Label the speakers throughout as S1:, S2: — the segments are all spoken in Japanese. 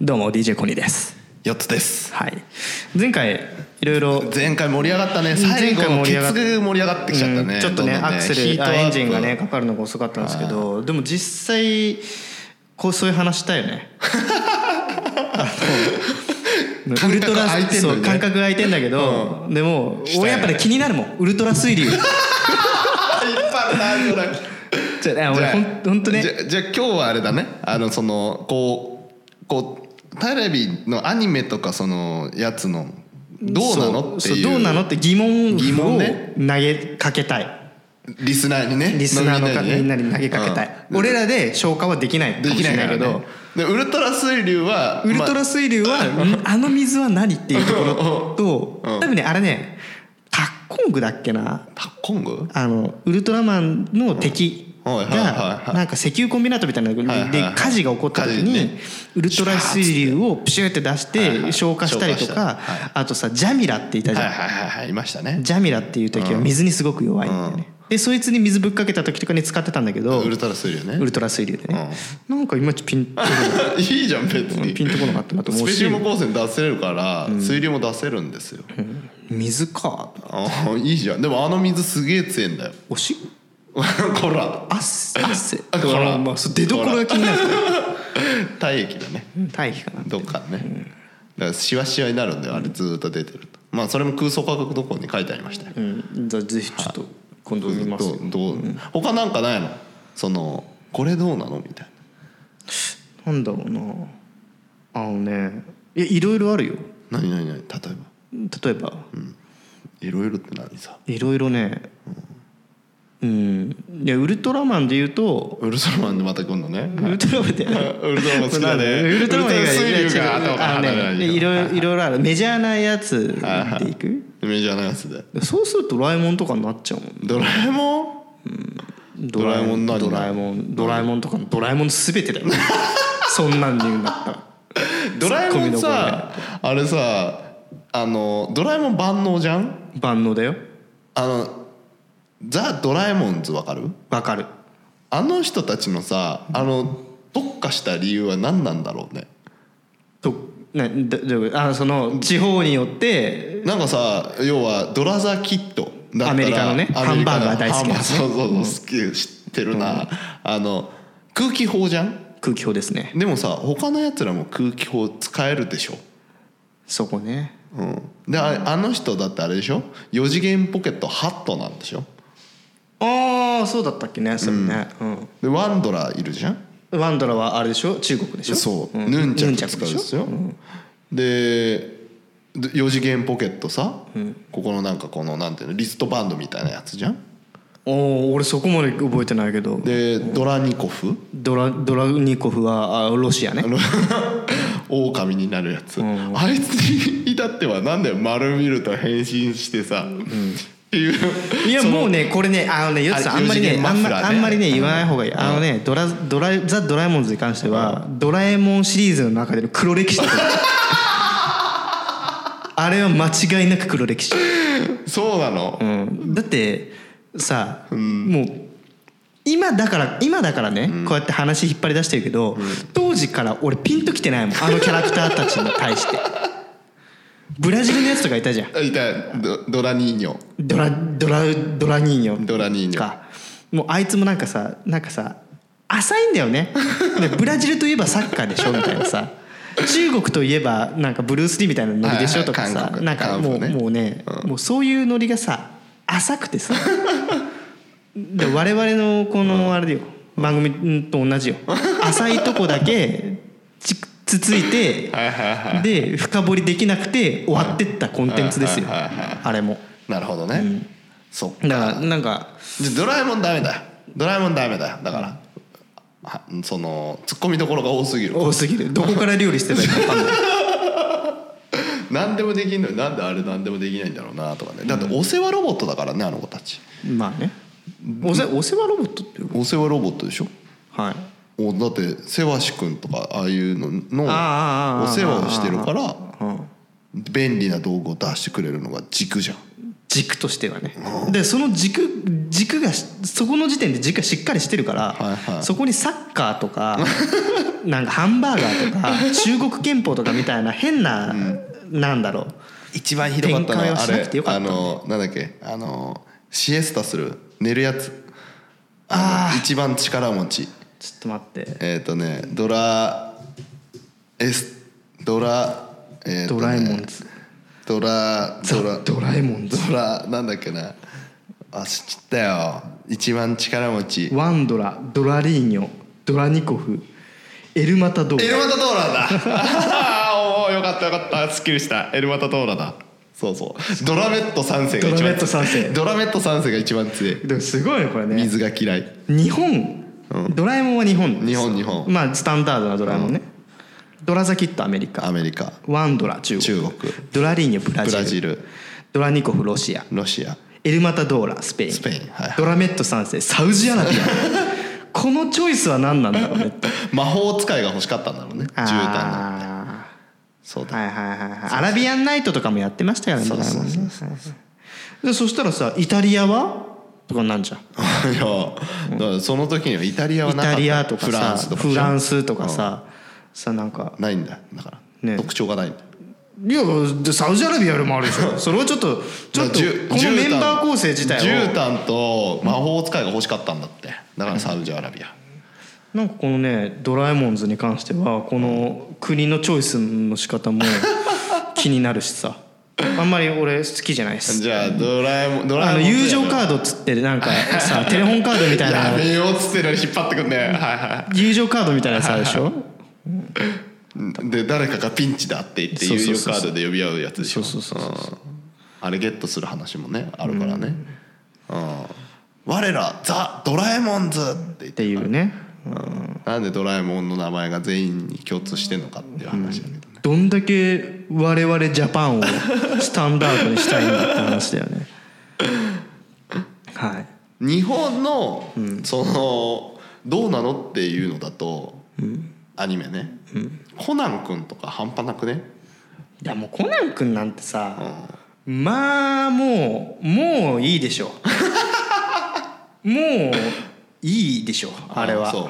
S1: どうも DJ コニーです
S2: 4つです
S1: はい前回いろいろ
S2: 前回盛り上がったね最後の結局盛り上がってきちゃったね、
S1: うんちょっとね
S2: どんどん
S1: アクセ
S2: ヒー
S1: ル
S2: トア
S1: あ
S2: ップ
S1: エンジンがねかかるのが遅かったんですけどでも実際こうそういう話したよねあの
S2: 感覚
S1: ウルトラ
S2: 空いてんのに
S1: そ
S2: ね
S1: う感覚が空いてんだけど、でも
S2: よね
S1: 俺やっぱね気になるもんウルトラ水流
S2: あいっぱいあるなこれ
S1: じゃあね
S2: じ
S1: 俺
S2: ゃあ
S1: ほんほんとね
S2: じゃあじゃあ今日はあれだねあのそのこうこうテレビのアニメとかそのやつのどうなのって
S1: そ
S2: いう
S1: うそうどうなのって疑問
S2: 疑問
S1: を
S2: ね
S1: 投げかけたい
S2: リスナーにね
S1: リスナーのか
S2: ね
S1: みんなに投げかけたい、
S2: うん
S1: 俺らで消化はできないか
S2: で
S1: も
S2: き
S1: し
S2: な
S1: れ
S2: い
S1: ない
S2: か
S1: け
S2: ら、
S1: ど
S2: ね、でウルトラ水流は
S1: ウルトラ水流は、んあの水は何っていうところと
S2: うんうん
S1: 多分ねあれねタッコングだっけな
S2: タッコング
S1: あのウルトラマンの敵
S2: うんはいはいはい
S1: が
S2: はい
S1: なんか石油コンビナートみたいなところ
S2: はいはい
S1: で
S2: はい
S1: 火事が起こった時
S2: 火事
S1: に
S2: ね
S1: ウルトラ水流をプシューって出し
S2: はいは
S1: て
S2: い
S1: 消化したりと
S2: 消化
S1: か
S2: したりは
S1: あとさジャミラっていたじ
S2: はい
S1: ゃん
S2: はいはいはいいましたね
S1: ジャミラっていう敵は水にすごく弱いんだよねでそいつに水ぶっかけた時とかに使ってたんだけど
S2: ウルトラ水流ね
S1: ウルトラ水流でねなんかいまいちピン と
S2: いいじゃん 別に
S1: ピンとこなかったなと思うし
S2: スペシウム光線出せるから水流も出せるんですよ、
S1: 水か
S2: あーいいじゃんでもあの水すげえ強いんだよ
S1: おしっこ
S2: こら
S1: 汗汗
S2: だから
S1: まあそう出所が気になる
S2: 体液だね
S1: 大気かな
S2: どっかねだからシワシワになるんだよあれずーっと出てるとまあそれも空想科学どこに書いてありましたよ
S1: うんじゃあぜひちょっと今度見ます
S2: どうどう他なんかないのそのこれどうなのみたい
S1: なんだろうなあのねいやいろいろあるよ
S2: な何何何例えば
S1: 例えば
S2: いろいろって何さ
S1: いろいろねうんいやウルトラマンで言うと
S2: ウルトラマンでまた今度ね
S1: ウルトラマンで
S2: ウルトラマン好きだ ね
S1: ウルトラマン以外
S2: ウルトラ水流が
S1: いや違う
S2: 頭
S1: あの
S2: から離れ
S1: ね
S2: ない
S1: いろいろいろいろあるメジャーなやつでいく
S2: メジャーなやつで
S1: そうするとドラえもんとかになっちゃうもん
S2: ドラえも
S1: ド
S2: ラえもん何
S1: ドラえもんドラえもんとかのドラえもんすべてだ よそんなんに言うんだったら
S2: んドラえ
S1: ツッ
S2: もん
S1: コミどこ
S2: さあれさあのドラえもん万能じゃん
S1: ろ万能だよ
S2: あのザ・ドラえもんズわかる
S1: わかる
S2: あの人たちのさあの特化した理由は何なんだろうね
S1: となだどういうことあその地方によって
S2: なんかさ要はドラザキットだったら
S1: アメリカのね
S2: アメリカ
S1: ハ
S2: の
S1: ンバーガー大好きな
S2: ハンバーガーそうそうそう好き知ってるな、あの空気砲じゃん
S1: 空気砲ですね
S2: でもさ他のやつらも空気砲使えるでしょ
S1: そこね
S2: うん、でああの人だってあれでしょ4次元ポケットハットなんでしょ
S1: ああそうだったっけねそれね、うん
S2: でワンドラいるじゃん
S1: ワンドラはあれでしょ中国でしょ
S2: そう、
S1: ん
S2: ヌンチャク
S1: ヌ
S2: 使うん
S1: で
S2: で
S1: し
S2: す
S1: ょ
S2: よ、でで4次元ポケットさ、ここのなんかこのなんていうのリストバンドみたいなやつじゃん
S1: おお俺そこまで覚えてないけど
S2: でドラニコフ
S1: ドラドラニコフはあロシアね
S2: オオカミになるやつ、あいつに至ってはなんだよ丸見ると変身してさ、っていう
S1: いやもうねこれねあのねよつさんあ
S2: あ
S1: んまり
S2: 四
S1: ね
S2: 次元
S1: あ
S2: マ
S1: ん
S2: フ
S1: まり
S2: ラーね
S1: あんまりね言わない方がいいあのねドラドラザ・ドラえもんズに関してはドラえもんシリーズの中での黒歴 史だと思うあれは間違いなく黒歴史、
S2: そうなの、
S1: うん、だってさ、もう今だから今だからね、こうやって話引っ張り出してるけど、当時から俺ピンときてないもんあのキャラクターたちに対してブラジルのやつとかいたじゃん
S2: あいたドドラニーニョ
S1: ドラドラドラニーニョ
S2: ドラニーニョ
S1: かもうあいつもなんかさなんかさ浅いんだよねでブラジルといえばサッカーでしょみたいなさ中国といえばなんかブルース・リーみたいなノリでしょとか
S2: はい
S1: さ
S2: はい
S1: なん
S2: 韓
S1: か
S2: 国
S1: もう
S2: 韓国ね
S1: もうねもうそういうノリがさ浅くてさで我々のこのあれだよ番組と同じよ浅いとこだけちつついて
S2: はいはいはい
S1: で深掘りできなくて終わってったコンテンツですよ
S2: はいはいはいはい
S1: あれも。
S2: なるほどね、そっか
S1: だからなんか
S2: じゃドラえもんダメだよドラえもんダメだよだからはそのツッコミどころが多すぎる
S1: 多すぎるどこから料理してたいか分かんない
S2: 何でもできんのになんであれ何でもできないんだろうなとかねだってお世話ロボットだからねあの子たち
S1: まあねおせお世話ロボットっていう
S2: お世話ロボットでしょ
S1: はい
S2: おだってせわしくんとかああいうののお
S1: あーあーあーあー
S2: 世話をしてるから
S1: うん
S2: 便利な道具を出してくれるのが軸じゃん
S1: 軸としてはねでその軸軸がそこの時点で軸がしっかりしてるから、
S2: はいはい
S1: そこにサッカーとか なんかハンバーガーと か中国憲法とかみたいな変な、なんだろう
S2: 一番ひどかった
S1: 展
S2: の
S1: 開
S2: は
S1: は
S2: あ
S1: しな
S2: れ
S1: くてよかっ
S2: あ
S1: たんだ
S2: のなんだっけあのシエスタする寝るやつあの一番力持ち
S1: ちょっと待って
S2: えっ、とねドラエスドラ、えーとね
S1: ドラえもんズ
S2: ドラドラ
S1: ザ ドラえもんズ
S2: ドラなんだっけなあ知ったよ一番力持ち
S1: ワンドラドラリーニョドラニコフエルマタドー
S2: エル
S1: ラ
S2: マタトーラだ おおよかったよかったすっきりしたエルマタトーラだそうそうドラメット三世が一番
S1: ドラメット三世
S2: ドラメット三世が一番強い
S1: でもすごいねこれね
S2: 水が嫌い
S1: 日本、ドラえもんは日本です
S2: 日本日本
S1: まあスタンダードなドラえもんね、ドラザキットアメリカ
S2: アメリカ
S1: ワンドラ中国
S2: 中国
S1: ドラリーニョブラ
S2: ブ
S1: ジル
S2: ラジル
S1: ドラニコフロシア
S2: ロシア
S1: エルマタドーラスペイン
S2: スペインはいはい
S1: ドラメット3世サウジアラビア このチョイスは何なんだろうねって
S2: 魔法使いが欲しかったんだろうね 絨毯の
S1: あ
S2: そう
S1: ー
S2: だ
S1: はいはいはいはいアラビアンナイトとかもやってましたよね
S2: そうそ
S1: ド
S2: うそうそう
S1: ラえもんねはいはいでそしたらさイタリアはとかなんじゃん
S2: いやだからその時にはイタリアは
S1: イ
S2: なかった
S1: タリアとか
S2: フランス
S1: さ
S2: とか
S1: フランスとかささなんか
S2: ないんだだから、
S1: ね
S2: 特徴がないんだ
S1: いやサウジアラビアよりもあるでし ょそれはちょっとちょっと
S2: じゅ
S1: このメンバー構成自体
S2: 絨
S1: を
S2: 毯と魔法使いが欲しかったんだってだからサウジアラビア、
S1: なんかこのねドラえもんズに関してはこの国のチョイスの仕 方も気になるしさあんまり俺好きじゃないです
S2: じゃあドラえもんドラ
S1: あ
S2: えも
S1: の
S2: ん
S1: 友情カ
S2: ー
S1: ードっつってなんか さテレホンカードみたい
S2: や
S1: な
S2: めようっつってのに引っ張ってくんねはいは
S1: 友情カードみたいなやつあるで しょ
S2: いで誰かがピンチだって言って
S1: そう
S2: 友
S1: そうそうそう
S2: 情カードで呼び合うやつでしょ
S1: そうそうそう
S2: うんあれゲットする話もねあるからね、うん我らザ・ドラえもんズって言っ
S1: って
S2: て
S1: いうね
S2: なんでドラえもんの名前が全員に共通してんのかっていう話だけどね、
S1: どんだけ我々ジャパンをスタンダードにしたいんだって話だよねはい
S2: 日本の、そのどうなのっていうのだと、アニメね、コナン君とか半端なくね、
S1: いやもうコナン君なんて
S2: う
S1: さ、
S2: ん
S1: まあもうもういいでしょ もういいでしょあれは
S2: あそう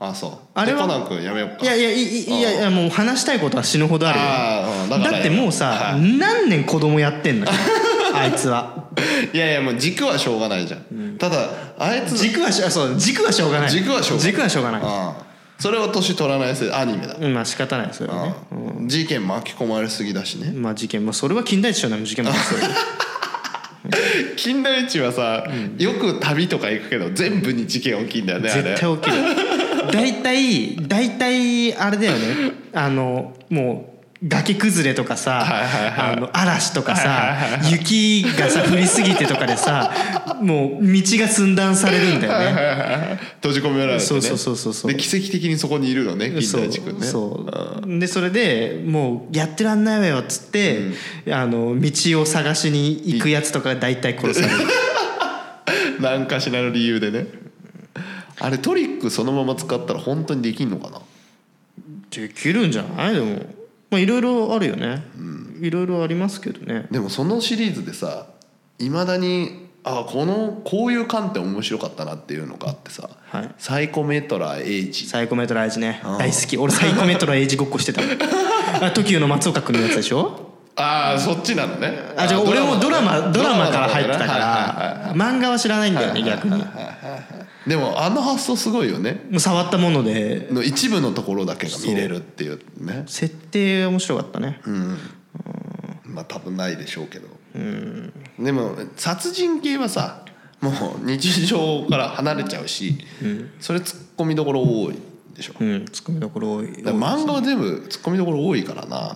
S2: あそう
S1: あれは
S2: じゃコナン君やめようか
S1: いやいやいいいやいやもう話したいことは死ぬほどあるよ
S2: あーうんだ
S1: だ
S2: から
S1: ってもうさ、
S2: はい
S1: 何年子供やってんのよあいつはい
S2: やいやもう軸はしょうがないじゃん、ただあいつ
S1: 軸はしょそう軸はしょうがない
S2: 軸はしょうがない
S1: 軸はしょうがない
S2: うんそれは年取らないせいアニメだ、
S1: うんまあ仕方ないそれはね
S2: うん事件巻き込まれすぎだしね
S1: まあ事件まあそれは近代一少年の事件もそうよ
S2: 金田一はさ、よく旅とか行くけど全部に事件起きんだよねあれ
S1: 絶対起きる大体大体あれだよねあのもう崖崩れとかさあの嵐とかさ雪がさ降りすぎてとかでさもう道が寸断されるんだよね
S2: 閉じ込められてね
S1: そうそうそうそうそう
S2: で奇跡的にそこにいるのね金
S1: そ
S2: 田
S1: う
S2: 一くんね
S1: そうでそれでもうやってらんないわよっつって、あの道を探しに行くやつとか大体殺される
S2: 何かしらの理由でねあれトリックそのまま使ったら本当にできんのかな
S1: できるんじゃないでもまあいろいろあるよね、いろいろありますけどね
S2: でもそのシリーズでさいまだにあこのこういう観点面白かったなっていうのがあってさ「
S1: はい
S2: サイコメトラエイジ
S1: サイコメトラエイジね大好き俺サイコメトラエイジごっこして たあ TOKIO の松岡君のやつでしょ」
S2: ああそっちなのね
S1: あじゃあ俺もドラマドラマから入ってたか
S2: はいはいはい
S1: ら漫画は知らないんだよね逆に
S2: でもあの発想すごいよね
S1: もう触ったもので
S2: の一部のところだけが見れるっていうね
S1: 設定面白かったね
S2: まあ多分ないでしょうけどでも殺人系はさもう日常から離れちゃうし、それツッコミどころ多いでしょ、
S1: うんツッコミどころ多い
S2: だから漫画は全部ツッコミどころ多いからな、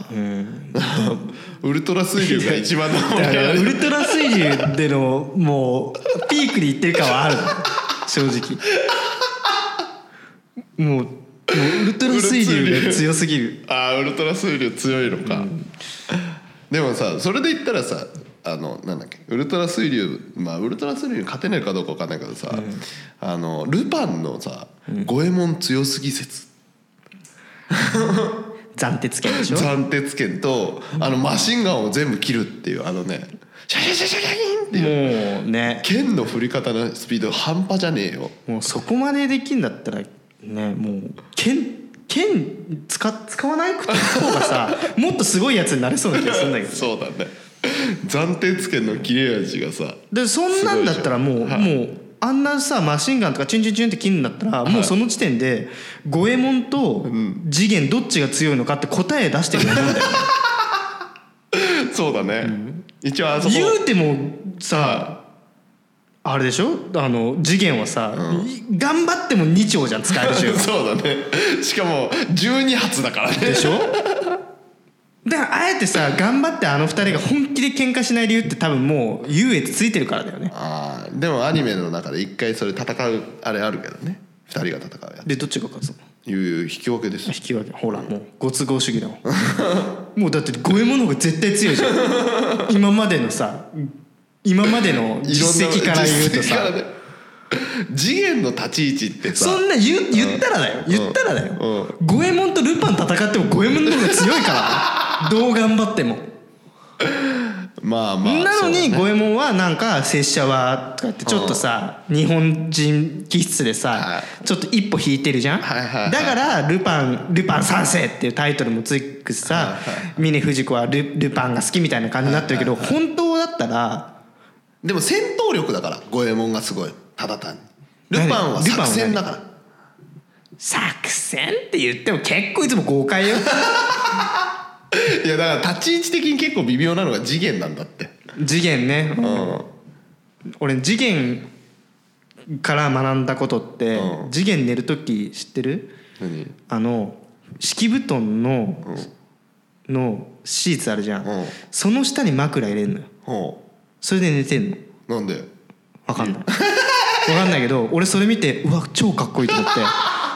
S2: ウルトラ水流が一番 の
S1: だからウルトラ水流でのもうピークにいってる感はあるの正直もうもうウルトラ水流が強すぎる
S2: あーウルトラ水流強いのか、でもさそれで言ったらさあのなんだっけウルトラ水流まあウルトラ水流に勝てないかどうかわかんないけどさ、あのルパンのさ五右衛門強すぎ説
S1: 暫定つけでしょ
S2: 斬鉄剣とあのマシンガンを全部切るっていうあのねシャシャシャシャシャギンっていう
S1: もうね
S2: 剣の振り方のスピード半端じゃねえよ
S1: もうそこまでできんだったらねもう剣剣使使わないことの方が さもっとすごいやつになれそうな気がするんだけど
S2: そうだね暫定つけの切れ味がさ
S1: でそんなんだったらもう、
S2: すごいでしょは
S1: もうあんなさマシンガンとかチュンチュンチュンって切るんだったら、もうその時点で五右衛門と
S2: ん
S1: 次元どっちが強いのかって答え出してるようなもんだ よ
S2: そうだね、一応あそこ
S1: 言うてもさあれでしょあの次元はさ、い頑張っても2丁じゃん使えるし
S2: そうだねしかも12発だからね
S1: でしょだからあえてさ頑張ってあの2人が本気で喧嘩しない理由って多分もう優越ついてるからだよね
S2: あーでもアニメの中で一回それ戦うあれあるけどね2人が戦うや
S1: でどっちが勝つの
S2: ついう引き分けです
S1: 引き分けほらもうご都合主義だも んもうだって五右衛門の方が絶対強いじゃん今までのさ今までの実績から言うと
S2: いろんな実績から
S1: さ
S2: ね次元の立ち位置ってさ
S1: そんな言う言ったらだよ言ったらだよ五右衛門とルパン戦っても五右衛門の方が強いからね どう頑張っても
S2: まあまあ
S1: なのに
S2: そう
S1: 五右衛門はなんか拙者はとかってちょっとさ日本人気質で
S2: は
S1: さちょっと一歩引いてるじゃん
S2: はいはいはい
S1: だから「ルパンルパン三世」っていうタイトルもつくしさ峰不二子はルルパンが好きみたいな感じになってるけど本当だったら
S2: でも戦闘力だから五右衛門がすごいただ単にルパンは
S1: 何ルパンは
S2: 作
S1: 何
S2: 戦だから
S1: 作戦って言っても結構いつも豪快 よ
S2: いやだから立ち位置的に結構微妙なのが次元なんだって
S1: 次元ね
S2: うん
S1: 俺次元から学んだことって
S2: うん
S1: 次元寝る時知ってる
S2: 何
S1: あの敷布団の、のシーツあるじゃん、
S2: うん
S1: その下に枕入れんのよ
S2: ほ
S1: それで寝てんの
S2: うなんで
S1: わかんない わかんないけど俺それ見てうわ超かっこいいと思 って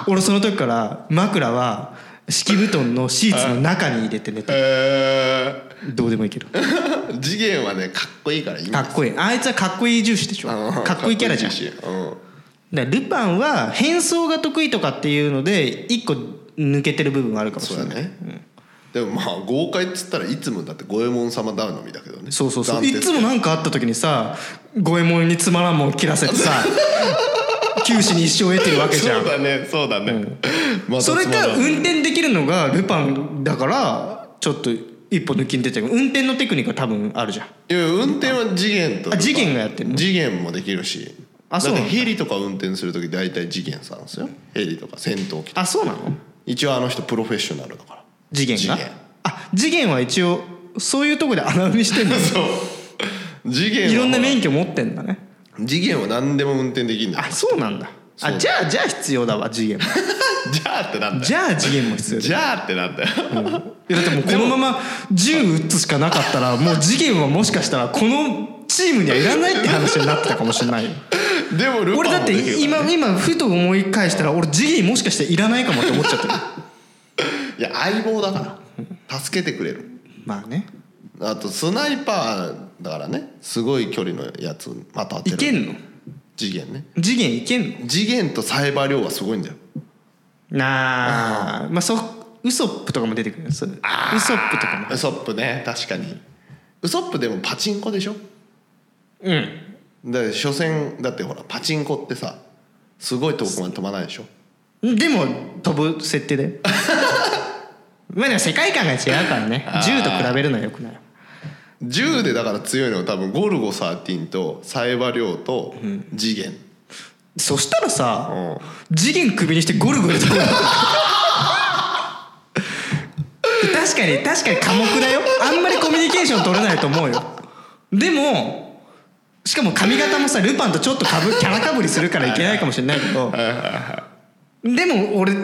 S1: 俺その時から枕は敷布団のシーツの中に入れて寝て
S2: え
S1: どうでもいいけどか
S2: ー、 次元はねかっこいいからいいんだ
S1: っこいいあいつはかっこいい重視でしょ
S2: うん
S1: かっこいいキャラじゃん
S2: かっこいいしう
S1: だ
S2: ん
S1: からルパンは変装が得意とかっていうので一個抜けてる部分はあるかもし
S2: そ
S1: れ
S2: う
S1: な
S2: だ
S1: い
S2: ね、でもまあ豪快っつったらいつもだって五右衛門様ダウンのみだけどね
S1: そうそうそう
S2: 暫定
S1: いつもなんかあった時にさ五右衛門につまらんもん切らせて さ九死に一生得てるわけじゃん
S2: そうだねそうだね、また
S1: それ
S2: つま
S1: から
S2: ん
S1: 運転できるのがルパンだからちょっと一歩抜きに出てる運転のテクニックは多分あるじゃん
S2: いや運転は次元と
S1: あ次元がやってるの
S2: 次元もできるし
S1: あそう
S2: だ
S1: なん
S2: っ
S1: だ
S2: てヘリとか運転する時大体次元さんですよヘリとか戦闘機とか
S1: あそうなの
S2: 一応あの人プロフェッショナルだから
S1: 次元が
S2: 次元
S1: あ次元は一応そういうとこで 穴埋めしてんの
S2: そう次元はい
S1: ろんな免許持ってんだね
S2: 次元は何でも運転できるんだ
S1: あそうなんだ
S2: そ
S1: あ
S2: う
S1: じゃあじゃあ必要だわ次 元も
S2: じゃあってなんだよ
S1: じゃあ次元も必要だ
S2: じゃあってなんだよ
S1: いやだってもうこのまま銃撃つしかなかったらもう次元はもしかしたらこのチームにはいらないって話になってたかもしれないよ
S2: でもルパンも
S1: 俺だっ
S2: で
S1: て
S2: きるから
S1: 今今ふと思い返したら俺次元もしかしていらないかもって思っちゃってる
S2: いや相棒だから助けてくれる
S1: まあね
S2: あとスナイパーだからねすごい距離のやつまた当て
S1: い
S2: る
S1: けんの
S2: 次元ね
S1: 次元いけんの
S2: 次元とサイバー量はすごいんだよ
S1: なあまあそウソップとかも出てくるんですウソップとかも
S2: ウソップね確かにウソップでもパチンコでしょ
S1: うん
S2: で所詮だってほらパチンコってさすごい遠くまで飛ばないでしょ
S1: でも飛ぶ設定だよ まあでも世界観が違うからね銃と比べるのはよくない
S2: 銃でだから強いのは多分ゴルゴ13とサイバー量と次元、
S1: そしたらさ、
S2: うん
S1: 次元首にしてゴルゴやった ら確かに確かに寡黙だよあんまりコミュニケーション取れないと思うよでもしかも髪型もさルパンとちょっとかぶキャラかぶりするからいけないかもしれないけどでも俺、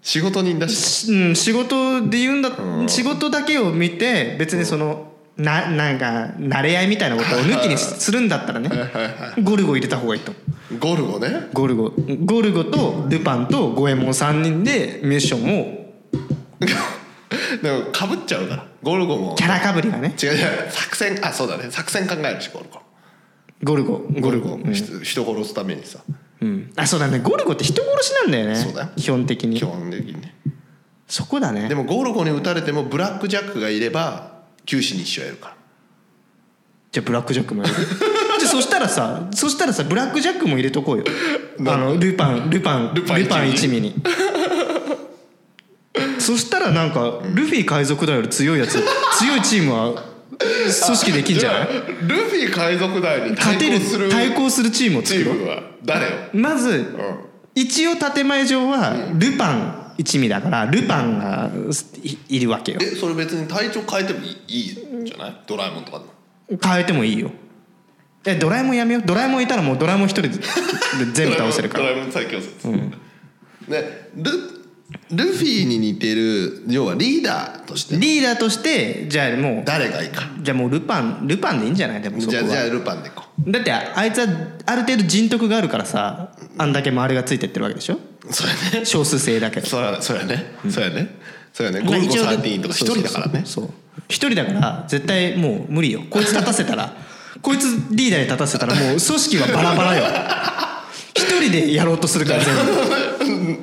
S2: 仕事人だし
S1: うん、仕事で言うんだ、仕事だけを見て別にその、ななんか慣れ合いみたいなことを抜きにするんだったらねゴルゴ入れた方がいいと思う
S2: ゴルゴね
S1: ゴルゴゴルゴとルパンと五右衛門3人でミッションを
S2: でもかぶっちゃうからゴルゴも
S1: キャラかぶりがね
S2: 違う違う作戦あそうだね作戦考えるしゴルゴ
S1: ゴルゴゴルゴ、うん
S2: 人人殺すためにさ
S1: うんあそうだねゴルゴって人殺しなんだよね
S2: そうだよ
S1: 基本的に
S2: 基本的にね
S1: そこだ
S2: で
S1: ね
S2: もゴルゴに撃たれてもブラック・ジャックがいれば九死に一生やるから
S1: じゃあブラック・ジャックも やるじゃあそしたらさそしたらさブラック・ジャックも入れとこうよあのルパンルパン
S2: ルパン一味
S1: 一味にそしたらなんかルフィ海賊団より強いやつ強いチームは組織できんじゃない
S2: ルフィ海賊団に対
S1: 勝て
S2: 抗
S1: る
S2: する
S1: 対抗するチームを
S2: チ
S1: 作ろ
S2: ー
S1: う
S2: ムは誰よ、
S1: まず、
S2: うん
S1: 一応建前上はルパン一味だからルパンがいいるわけよ
S2: えそれ別に体調変えてもいいいいじゃないドラえもんとかでも
S1: 変えてもいいよえドラえもんやめようドラえもんいたらもうドラえもん一人で で全部倒せるか
S2: ド
S1: ら
S2: ラえもん最強説、ねルルフィに似てる要はリーダーとして
S1: リーダーとしてじゃあもう
S2: 誰がいいか
S1: じゃあもうルパンルパンでいいんじゃないでもそこ
S2: じゃあ
S1: は
S2: じゃあルパンでいこ
S1: だってあいつはある程度人徳があるからさあんだけ周りがついてってるわけでしょ
S2: うそれね
S1: 少数制だけど
S2: そやそやねそやねそやねゴルゴ13とか一人だからね
S1: そうそうそう一人だから絶対もう無 理よこいつ立たせたらこいつリーダーに立たせたらもう組織はバラバラよ一人でやろうとするから全部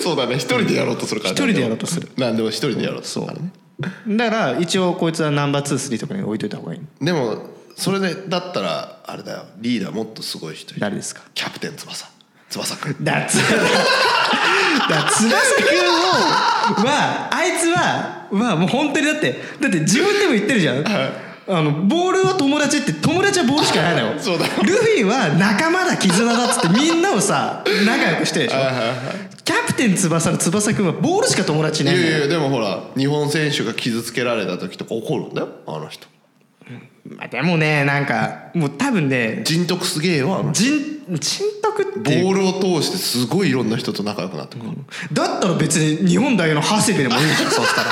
S2: そうだね一人でやろうとするから
S1: 一人でやろうとする
S2: 何でも一人でやろうとするからね
S1: だから一応こいつはナンバー23とかに置いといた方がいい
S2: でもそれでだったらあれだよリーダーもっとすごい人いる
S1: 誰ですか
S2: キャプテン翼翼くん
S1: だ つだから翼くんをはあいつははもう本当にだってだって自分でも言ってるじゃんあのボールは友達って友達はボールしかないのよ
S2: そうだ
S1: ルフィは仲間だ絆だっつってみんなをさ仲良くしてるでしょキャプテン翼の翼くんはボールしか友達いないいの
S2: やい
S1: よ
S2: やでもほら日本選手が傷つけられた時とか怒るんだよあの人
S1: まあでもねなんかもう多分ね
S2: 人徳すげえよあの人
S1: 人人徳って
S2: ボ
S1: いうか
S2: ールを通してすごいいろんな人と仲良くなってくる、
S1: だったら別に日本代表の長谷部でもいいじゃんそうしたら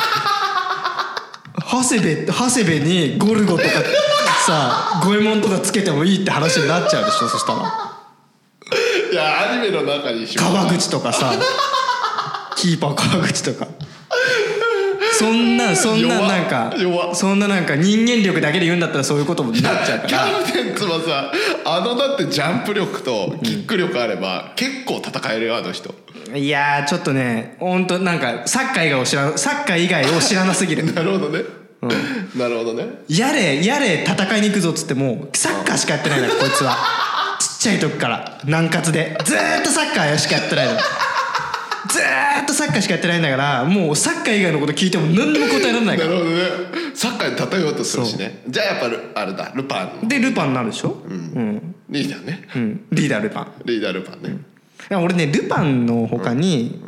S1: 長谷部長谷部にゴルゴとかさ五右衛門とかつけてもいいって話になっちゃうでしょそしたら
S2: いやアニメの中にしよう
S1: 川口とかさキーパー川口とかそんなそんな
S2: 弱っ
S1: なんか
S2: 弱っ
S1: そんななんか人間力だけで言うんだったらそういうこともなっちゃうか
S2: キ
S1: ら
S2: ャプテン翼あのだってジャンプ力とキック力あれば結構戦えるよあの人
S1: いやーちょっとね本当なんかサッカー以外を知らサッカー以外を知らなすぎる
S2: なるほどね、なるほどね
S1: やれやれ戦いに行くぞっつってもうサッカーしかやってないの よこいつはちっちゃい時から南葛でずーっとサッカーしかやってないのずーっとサッカーしかやってないんだからもうサッカー以外のこと聞いても何にも答えられないか
S2: な
S1: ら
S2: るほどねサッカーに例えようとするしねじゃあやっぱルあれだルパン
S1: でルパンになるでしょ、うん
S2: リーダーね、
S1: うんリーダールパンい
S2: リーダールパンね、
S1: や俺ねルパンの他に、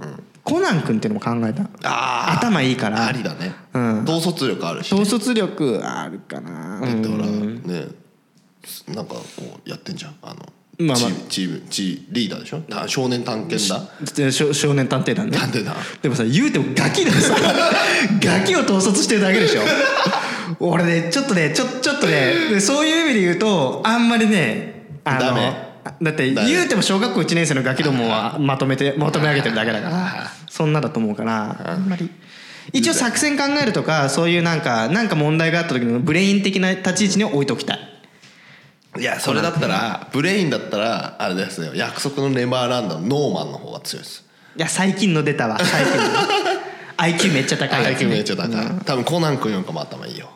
S1: コナン君っていうのも考えた
S2: あ
S1: 頭いいから
S2: ありだね、
S1: うん
S2: 統率力あるし、ね
S1: 統、率力あるかな、うん
S2: だからねなんかこうやってんじゃんあの、
S1: まあまあ
S2: チームチームチーリーダーでしょた少年探検だ
S1: で少少年探偵団ね
S2: 探偵団
S1: でもさ言うてもガキで さガキを統率してるだけでしょ俺ねちょっとねちょちょっとねでそういう意味で言うとあんまりねあの
S2: ダメ
S1: だって
S2: ダメ
S1: 言うても小学校1年生のガキどもはまとめてまとめ上げてるだけだからそんなだと思うからあんまり一応作戦考えるとかそういうなんかなんか問題があった時のブレイン的な立ち位置に置いときたい
S2: いやそれだったらブレインだったらあれですよ約束のネバーランドのノーマンの方が強いです
S1: いや最近の出たわ最近の IQ めっちゃ高いやつ、ね、
S2: IQ めっちゃ高い、多分コナン君よりかも頭いいよ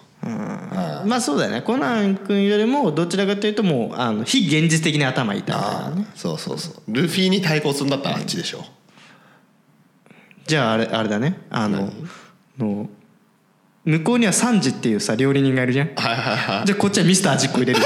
S1: まあそうだよねコナン君よりもどちらかというともうあの非現実的に頭痛いから
S2: ああそうそうそうルフィに対抗するんだったらあっちでしょ
S1: じゃああれあれだねあのの向こうにはサンジっていうさ料理人がいるじゃんじ
S2: はいはいは
S1: ゃあこっちはミスター味っ子入 れる
S2: い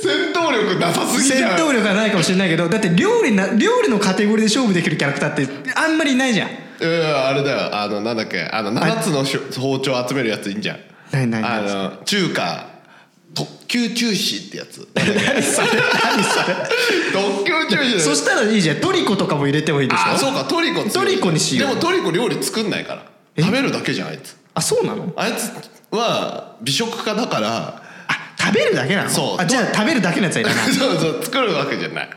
S2: 戦闘力なさすぎじ
S1: 戦
S2: ゃん
S1: 闘力がないかもしれないけどだって料理な料理のカテゴリーで勝負できるキャラクターってあんまりいないじゃん
S2: うんあれだよあのなんだっけあの7つのしょ包丁集めるやついいんじゃん
S1: ないないない
S2: あの中華特級中止ってや つ
S1: 何それ何それ
S2: 特級中止
S1: そしたらいいじゃんトリコとかも入れてもいいでしょ
S2: あそうかトリコ強
S1: ト
S2: い
S1: リコにしよう
S2: でもトリコ料理作んないから食べるだけじゃんあいつ
S1: あそうなの
S2: あいつは美食家だから
S1: あ食べるだけなの
S2: そう
S1: あじゃあ食べるだけのやつはいらない
S2: そうそう作るわけじゃない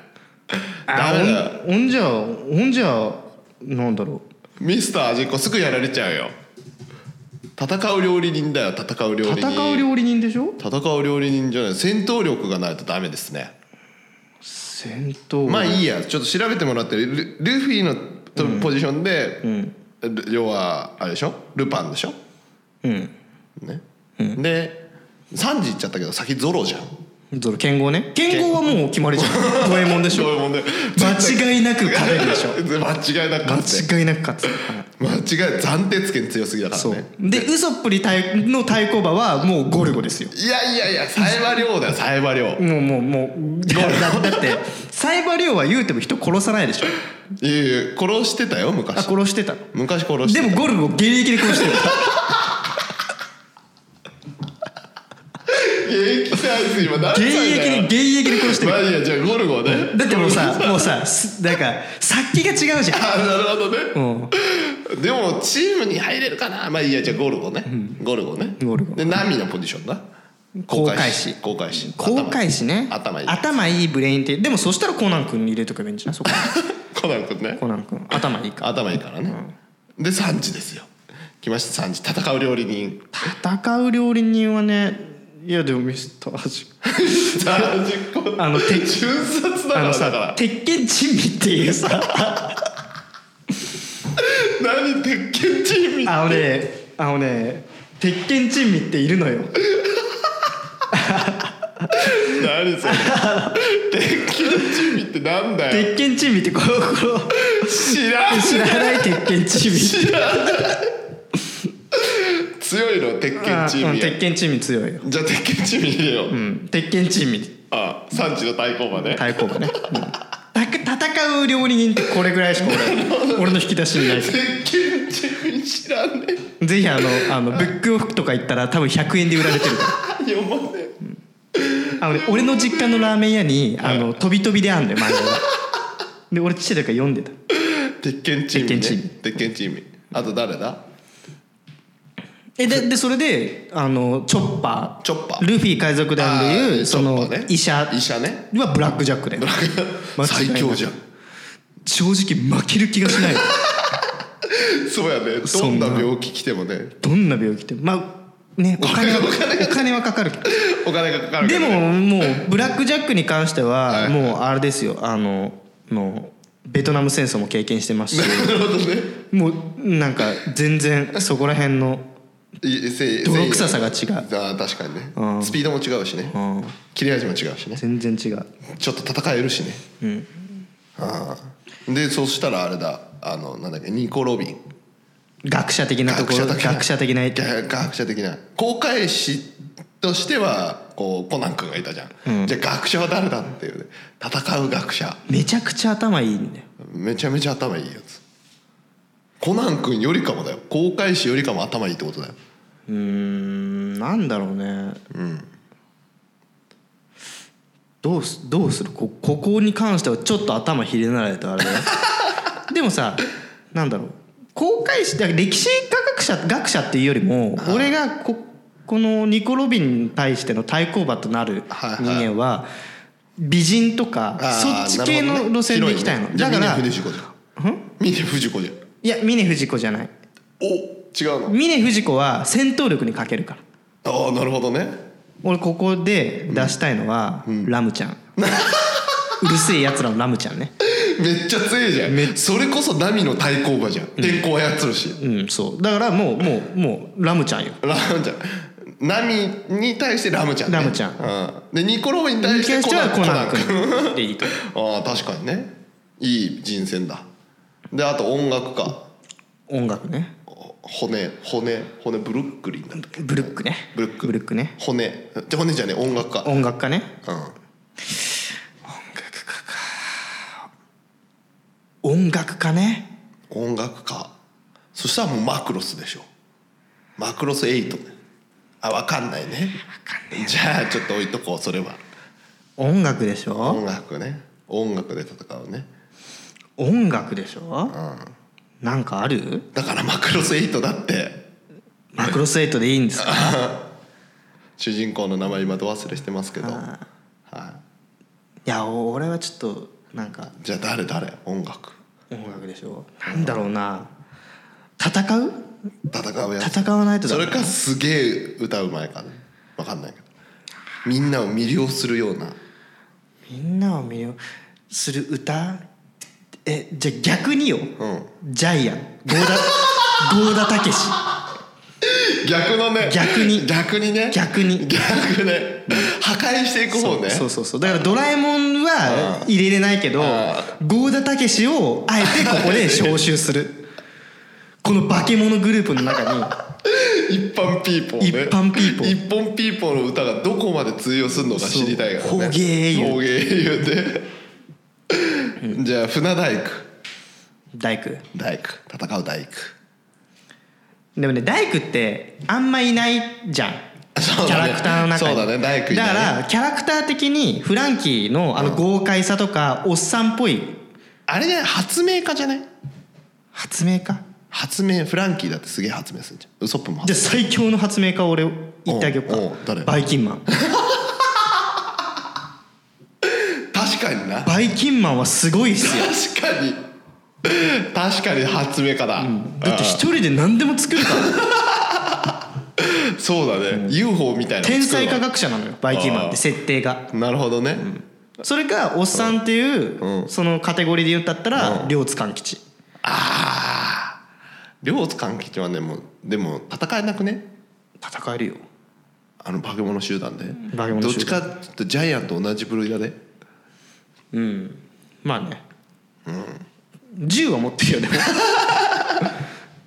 S1: あ
S2: ダメだよ
S1: ほんほんじゃあほんじゃあなんだろ
S2: ミスター味っ子すぐやられちゃうよ戦う料理人だよ戦う料
S1: う
S2: 理人
S1: 戦う料理人でしょ
S2: 戦う料理人じゃない戦闘力がないとダメですね
S1: 戦闘
S2: まあいいやちょっと調べてもらってルルフィのとポジションで、ル要はあれでしょルパンでしょ
S1: うん
S2: ねで3時行っちゃったけど先ゾロじゃん
S1: ゾロ剣豪ね剣豪はもう決まりじゃんドエモンでし
S2: そういう
S1: ょ
S2: もんで
S1: 間違いなく勝てるでしょ
S2: 間違いなく勝って
S1: 間違いなく勝つはい
S2: 間違い暫定つけ強すぎだから
S1: そう
S2: ね
S1: でウソップに対の対抗馬はもうゴルゴですよ
S2: いやいやいやサイバリョウだよサイバリョウ
S1: もうもうも うだだだってサイバリョウは言うても人殺さないでしょ
S2: いやいや殺してたよ
S1: あ
S2: 昔
S1: 殺してたの
S2: 昔殺して
S1: で
S2: た
S1: もゴルゴ現役で殺してる
S2: 現役サイズ今何
S1: 現
S2: 歳だ
S1: 役で
S2: よ
S1: 現役で殺してる
S2: マジでじゃあゴルゴね
S1: だってもうさもうさすなんか殺気が違うじゃん
S2: あなるほどね、
S1: うん
S2: でもチームに入れるかなまあいいやじゃあゴルゴね、ゴルゴね
S1: ゴルゴ
S2: でナミのポジションだ
S1: 航海士
S2: 航海士
S1: 後悔しね
S2: 頭いい
S1: 頭いいブレインってでもそしたらコナン君に入れとけばいいんじゃないそこ
S2: コナン君ね
S1: コナン君頭いいから
S2: 頭いいからね、で3時ですよ来ました3時戦う料理人
S1: 戦う料理人はねいやでもミスターアジ
S2: 3時こ
S1: あのて
S2: 瞬殺だ
S1: あ
S2: から
S1: の
S2: だ
S1: さ
S2: か
S1: 鉄拳珍味っていうさ
S2: ら何鉄拳チーム
S1: あのねあのね鉄拳珍味っているのよ
S2: 何それ鉄拳チームってなんだよ
S1: 鉄拳珍味ってこのこ
S2: 知らん
S1: の知らない鉄拳珍味
S2: 知らん強い の鉄拳チー
S1: あう
S2: ム
S1: ん
S2: や
S1: 鉄拳珍味強いよ、
S2: じゃあ鉄拳チーム入れよう、
S1: うん、鉄拳珍味
S2: ああ産地の対抗馬ね
S1: 対抗馬 ね、うんた戦う料理人ってこれぐらいしか俺俺の引き出しにないぜ
S2: 鉄拳チーム知らんね
S1: ひあのあのブックオフとか行ったら多分100円で売られてるから
S2: 読まねえ
S1: あのね俺の実家のラーメン屋にあの飛び飛びであんのよ 漫画がで俺ちっちゃい時から読んでた
S2: 鉄拳チーム、ね、
S1: 鉄拳チーム
S2: 鉄拳チームあと誰だ
S1: えででそれであのチョッパー
S2: チョッパー
S1: ルフィ海賊団でい
S2: あー
S1: うその
S2: チョッパーね
S1: 医者
S2: 医 者ね
S1: はブラックジャックで
S2: 最強じゃん
S1: 正直負ける気がしない
S2: そうやねど
S1: そ
S2: ん
S1: ん
S2: な
S1: な
S2: 病気来てもね
S1: どんな病気でもまあねお金は
S2: お金が
S1: お金はかかるけど
S2: お金がかかる
S1: で
S2: からね
S1: ももうブラックジャックに関して
S2: はい
S1: はもうあれですよあののベトナム戦争も経験してますし
S2: なるほどね
S1: もうなんか全然そこら辺の
S2: いせい
S1: 泥臭さが違
S2: あ
S1: う、
S2: ー確かにね、
S1: うん
S2: スピードも違うしね、
S1: うん、
S2: 切れ味も違うしね
S1: 全然違う
S2: ちょっと戦えるしね、ああでそしたらあれだあのなんだっけニコ・ロビン
S1: 学者的なところ学者的な意見
S2: 学学者的な公開師としてはこうコナン君がいたじゃん、じゃあ学者は誰だっていうね戦う学者
S1: めちゃくちゃ頭いいんだよ
S2: めちゃめちゃ頭いいやつコナン君よりかもだよ公開師よりかも頭いいってことだよ
S1: うーんなんだろうねどうすどうするこここに関してはちょっと頭ひれなられたあれ だよでもさなんだろう公開しだから歴史科学者学者っていうよりも俺がここのニコ・ロビンに対しての対抗馬となる
S2: はいはい
S1: 人間は美人とかそ
S2: あ
S1: っ
S2: ー
S1: ち系
S2: なる
S1: の
S2: ほどね
S1: 路線で行きたいの
S2: 広ねじゃ
S1: だ
S2: あ
S1: から
S2: 峰不二子じゃん峰不二子じゃん
S1: いや峰不二子じゃない
S2: お違うの
S1: 峰不二子は戦闘力に欠けるから
S2: ああなるほどね
S1: 俺ここで出したいのは、ラムちゃんうるせえやつらのラムちゃんね
S2: めっちゃ強いじゃんそれこそナミの対抗馬じゃん天候操るし、
S1: うんそうだからもうもうもうラムちゃんよ
S2: ラムちゃんナミに対してラムちゃん、ね、
S1: ラムちゃん
S2: うん、でニコロビンに対
S1: に
S2: して
S1: 関し
S2: コ
S1: て
S2: ナ
S1: は
S2: ン
S1: コナン
S2: コナン
S1: 君でいいと
S2: ああ確かにねいい人選だであと音楽家
S1: 音楽ね
S2: お骨骨骨ブルックリンだったっけ
S1: ブルックね
S2: ブルック
S1: ブルックね
S2: 骨じゃ骨じゃねえ音楽家
S1: 音楽家ね音楽家ね
S2: うん、音楽家そしたらもうマクロスでしょマクロス8ねあわかんないねじゃあちょっと置いとこうそれは
S1: 音楽でしょ
S2: 音楽ね音楽で戦うね
S1: 音楽でしょ、なんかある
S2: だからマクロス8だって
S1: マクロスエイトでいいんですか
S2: 主人公の名前今ど忘れしてますけど、はい
S1: やお俺はちょっとなんか
S2: い、じゃあ誰誰音楽
S1: 音楽でしょなんだろうな戦う
S2: 戦うやつ
S1: 戦わないとだ
S2: そ
S1: め
S2: れかすげえ歌うまいかねわかんないけどみんなを魅了するような
S1: みんなを魅了する歌えじゃあ逆によ、
S2: うん
S1: ジャイアンゴーダゴーダたけし
S2: 逆のね
S1: 逆に
S2: 逆にね
S1: 逆に
S2: 逆ね破壊していく方ね
S1: そうそうそうだからドラえもんは入れれないけど郷田武史をあえてここで招集するこの化け物グループの中 に
S2: 一般ピーポー、ね、
S1: 一般ピーポー
S2: 一般ピーポーの歌がどこまで通用するのか知りたいからね
S1: そう捕鯨英雄
S2: 捕鯨英雄でじゃあ船大工
S1: 大工
S2: 大工戦う大工
S1: でもね大工ってあんまいないじゃん
S2: そう
S1: キャ
S2: だね
S1: ラクターの中に
S2: そうだね大工い
S1: だ
S2: ないね
S1: からキャラクター的にフランキーのあの豪快さとかおっさんっぽい
S2: あれじゃない発明家じゃない
S1: 発明家
S2: 発明フランキーだってすげえ発明するじゃんウソップも
S1: じ
S2: 発
S1: ゃあ最強の発明家を俺言ってあげよ
S2: おうお
S1: う
S2: う
S1: か
S2: 誰
S1: バイキンマン
S2: 確かにな
S1: バイキンマンはすごいっす よ
S2: 確かに確かに発明家だ、
S1: だって一人で何でも作るから
S2: うんそうだね、UFO みたいなの作るわ
S1: 天才科学者なのよバイキンマンって設定が
S2: なるほどね、
S1: それかおっさんっていう、
S2: うん
S1: そのカテゴリーで言うんだったら、両津勘吉
S2: ああ両津勘吉はねもうでも戦えなくね
S1: 戦えるよ
S2: あの化け物集団で
S1: 化け物集団
S2: どっちかっていうとジャイアンと同じ部類だね
S1: うんまあね、銃は持ってる よでも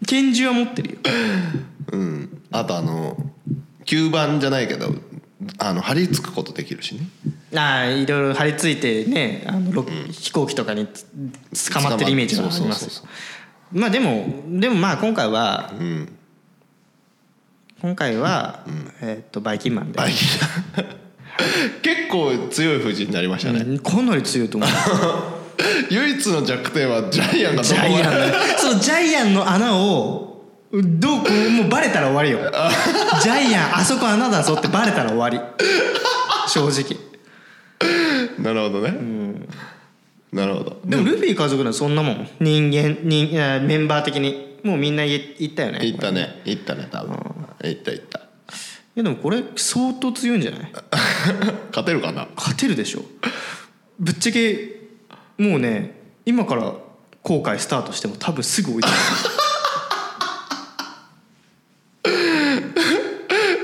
S1: 拳銃は持ってるよ
S2: うんあとあの吸盤じゃないけどあの張り付くことできるしね
S1: ああいろいろ張り付いてねあのロ飛行機とかにつ捕まってるイメージがあり
S2: そう
S1: ま
S2: そう
S1: す
S2: そう
S1: まあでもでもまあ今回は
S2: そううん
S1: 今回は、えーっとバイキンマンで
S2: バイキン 結構強い布陣になりましたね、
S1: うんかなり強いと思う
S2: 唯一の弱点はジャイアンがど
S1: ジ
S2: こ ま
S1: ャ
S2: で
S1: イアンのそうジャイアンの穴をどうこうもうバレたら終わりよ ジャイアンあそこ穴だぞってバレたら終わり正直
S2: なるほどね、なるほど
S1: でもルフィ家族のそんなもん人間人えーメンバー的にもうみんな言言ったよねい
S2: いったねいったね多分いったいった
S1: やでもこれ相当強いんじゃない
S2: 勝てるかな
S1: 勝てるでしょぶっちゃけもうね今から後悔スタートしても多分すぐ追いつく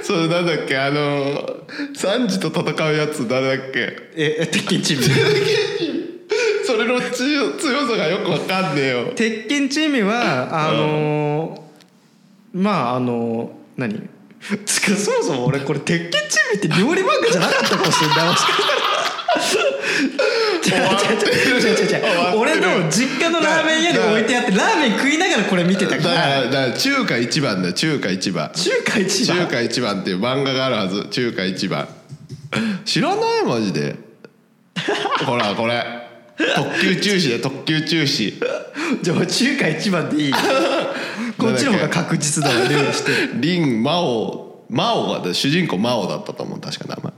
S2: それなんだっけあのサンジと戦うやつ誰だっけ
S1: ええ鉄拳チーム
S2: それの強強さがよくわかんねえよ
S1: 鉄拳チームはあのーまああのー何つかそもそも俺これ鉄拳チームって料理漫画じゃなかったかもしれないもしかしたら
S2: 終わってる
S1: 違う違う違う違う違う
S2: 終わってる
S1: 俺の実家のラーメン屋に置いてあってラーメン食いながらこれ見てたか
S2: だかららだから中華一番だよ中華一番
S1: 中華一
S2: 中
S1: 番
S2: 華一番っていう漫画があるはず中華一番知らないマジでほらこれ特急中止で特急中止
S1: じゃあ中華一番で いいこっちの方が確実だわ料理して
S2: リンマオマオが主人公マオだったと思う確か名前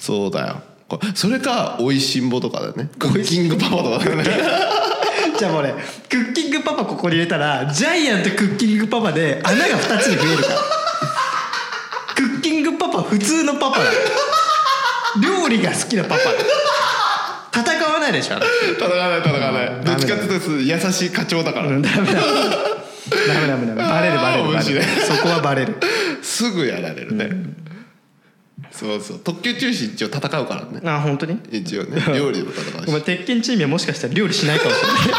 S2: そうだよこれそれか「おいしんぼ」とかだよねクッキングパパとかだよね
S1: じゃあもう俺クッキングパパここに入れたらジャイアンとクッキングパパで穴が2つに増えるからクッキングパパ普通のパパだ料理が好きなパパだ戦わないでしょあの人
S2: 戦わない戦わないどっちかっていうと優しい課長だから、
S1: うんダメだダメダメダメバレるバレるバレる
S2: あー面
S1: そこはバレる
S2: すぐやられるね、そうそう特急中止一応戦うからね
S1: あ本当に
S2: 一応ね料理も戦う
S1: お前
S2: し
S1: 鉄拳チームはもしかしたら料理しないかもしれな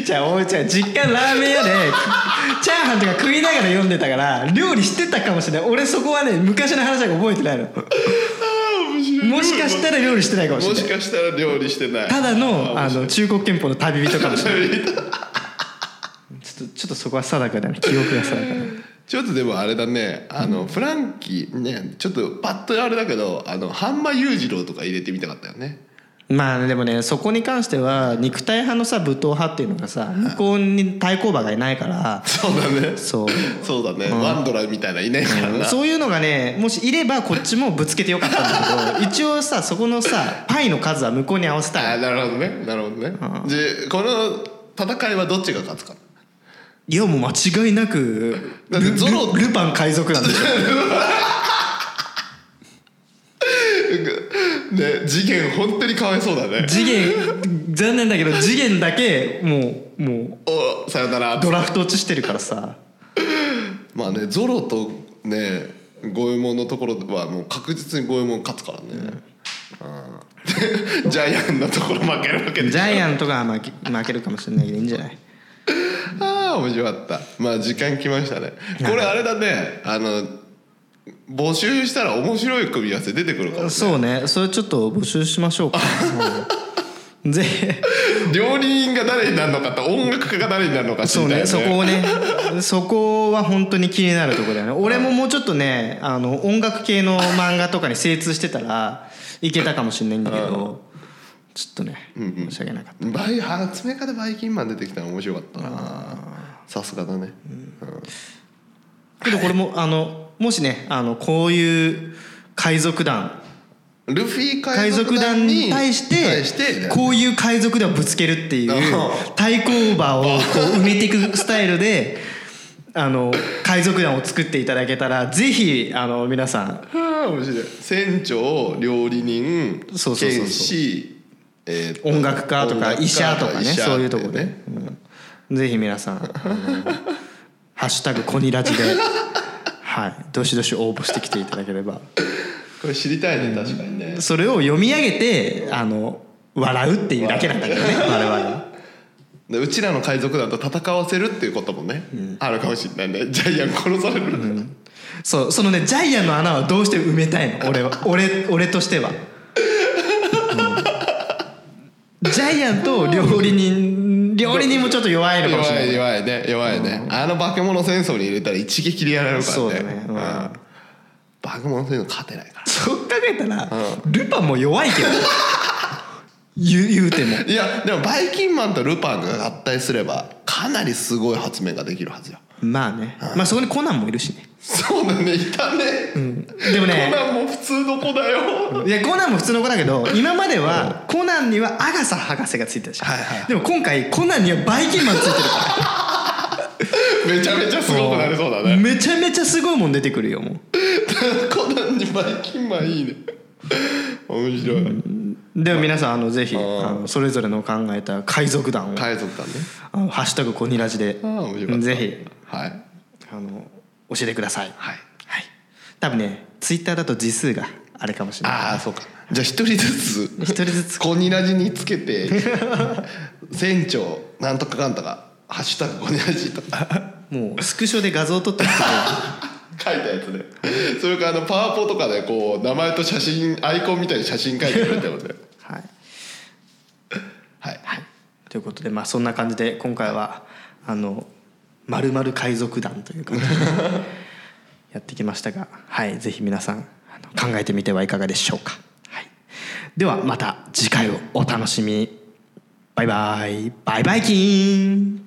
S1: い じゃあおいちゃん実家ラーメン屋でチャーハンとか食いながら読んでたから料理してたかもしれない俺そこはね昔の話だから覚えてないのもしかしたら料理してないかもし
S2: も
S1: れな
S2: し
S1: い
S2: かしたら料理してない
S1: ただのあ
S2: あ
S1: の中国憲法の旅人かもしれない
S2: 面白い
S1: ちょっとちょっとそこは定かだね記憶が定かだね
S2: ちょっとでもあれだねあの、フランキーねちょっとパッとあれだけどあの半間裕次郎とか入れてみたかったよね
S1: まあでもねそこに関しては肉体派のさ武闘派っていうのがさ向こうに対抗馬がいないから
S2: そうだね
S1: そう
S2: そうだね、ワンドラみたいないないからな、
S1: そういうのがねもしいればこっちもぶつけてよかったんだ けど一応さそこのさパイの数は向こうに合わせ
S2: あ
S1: た
S2: あ
S1: い
S2: なるほどねなるほどね、でこの戦いはどっちが勝つか
S1: いやもう間違いなく
S2: だってゾロ
S1: ルルパン海賊なんでしょ
S2: ね次元本当にかわいそうだね
S1: 次元残念だけど次元だけもうもう
S2: おさよなら
S1: ドラフト落ちしてるからさ
S2: まあねゾロとね五右衛門のところはもう確実に五右衛門勝つからね、うん でジャイアンのところ負けるわけで
S1: ジャイアンとかは負け負けるかもしれないけどいいんじゃない
S2: ああ面白かったまあ時間きましたねこれあれだねあの募集したら面白い組み合わせ出てくるから
S1: そうねそれちょっと募集しましょう かうんぜ
S2: 料理人が誰になるのかと音楽家が誰になるのか知
S1: そう
S2: りた
S1: ね
S2: いね
S1: そこをね そこは本当に気になるところだよね俺ももうちょっとねあの音楽系の漫画とかに精通してたらいけたかもしれないんだけどちょっとね申し訳なかった
S2: バイあー爪かでバイキンマン出てきたの面白かったなさすがだね、
S1: けどこれもあのもしねあのこういう海賊団
S2: ルフィ
S1: 海
S2: 海
S1: 賊
S2: 賊
S1: 団
S2: 団
S1: に
S2: に
S1: 対してこういう海賊団をぶつけるっていう
S2: うん
S1: 対抗馬をこう埋めていくスタイルであの海賊団を作っていただけたらぜひあの皆さん
S2: はあ面白い船長料理人
S1: そうそうそうそう
S2: 剣士、えーと
S1: 音楽家と
S2: 音
S1: か
S2: 楽家
S1: 医者とかね
S2: 医者
S1: そういうとこね、うんぜひ皆さんあの「ハッシュタグコニラジで」はいどしどし応募してきていただければ
S2: これ知りたいね確かにね、
S1: それを読み上げてあの笑うっていうだけなんだけどね我々は。
S2: でうちらの海賊団と戦わせるっていうこともね、あるかもしれないねジャイアン殺される、
S1: そうそのねジャイアンの穴はどうして埋めたいの俺は俺俺としては、うんジャイアンと料理人料理人もちょっと弱いのかもしれ
S2: 弱
S1: ない
S2: い弱いね弱いね、あの化け物戦争に入れたら一撃でやられるからね
S1: そうだねうん
S2: 化け物戦争勝てないから
S1: そう考えたら、ルパンも弱い けど言う言うても
S2: いやでもバイキンマンとルパンが合体すればかなりすごい発明ができるはずよ
S1: まあね、まあそこにコナンもいるしね
S2: そうだねいたね、
S1: でもね
S2: コナンも普通の子だよ、
S1: いやコナンも普通の子だけど今まではコナンにはアガサ博士がついてたでしょ、
S2: はいはい
S1: でも今回コナンにはバイキンマンついてるから
S2: めちゃめちゃすごくなりそうだね
S1: めちゃめちゃすごいもん出てくるよもう
S2: コナンにバイキンマンいいね面白い、
S1: では皆さんあのぜひあのそれぞれの考えた海賊団を
S2: 海賊団ね
S1: 「あのハッシュタグコニラジで」
S2: ああ面白かった
S1: ぜひ
S2: はい
S1: あの教えてください、
S2: はい
S1: はい、多分ねツイッターだと字数があれかもしれない
S2: ああそうかじゃあ一人ずつ
S1: 一人ずつ
S2: コニラジにつけて船長なんとかかんとか「ハッシュタグコニラジ」とか
S1: もうスクショで画像を撮ってきて
S2: 書いたやつで、それからあのパワポとかでこう名前と写真アイコンみたいに写真書いてくれたので
S1: はい、
S2: はい
S1: はい、ということでまあそんな感じで今回はあの「まるまる海賊団」という感じでやってきましたが、はい、ぜひ皆さんあの考えてみてはいかがでしょうか、はい、ではまた次回をお楽しみにバイバイバイバイキーン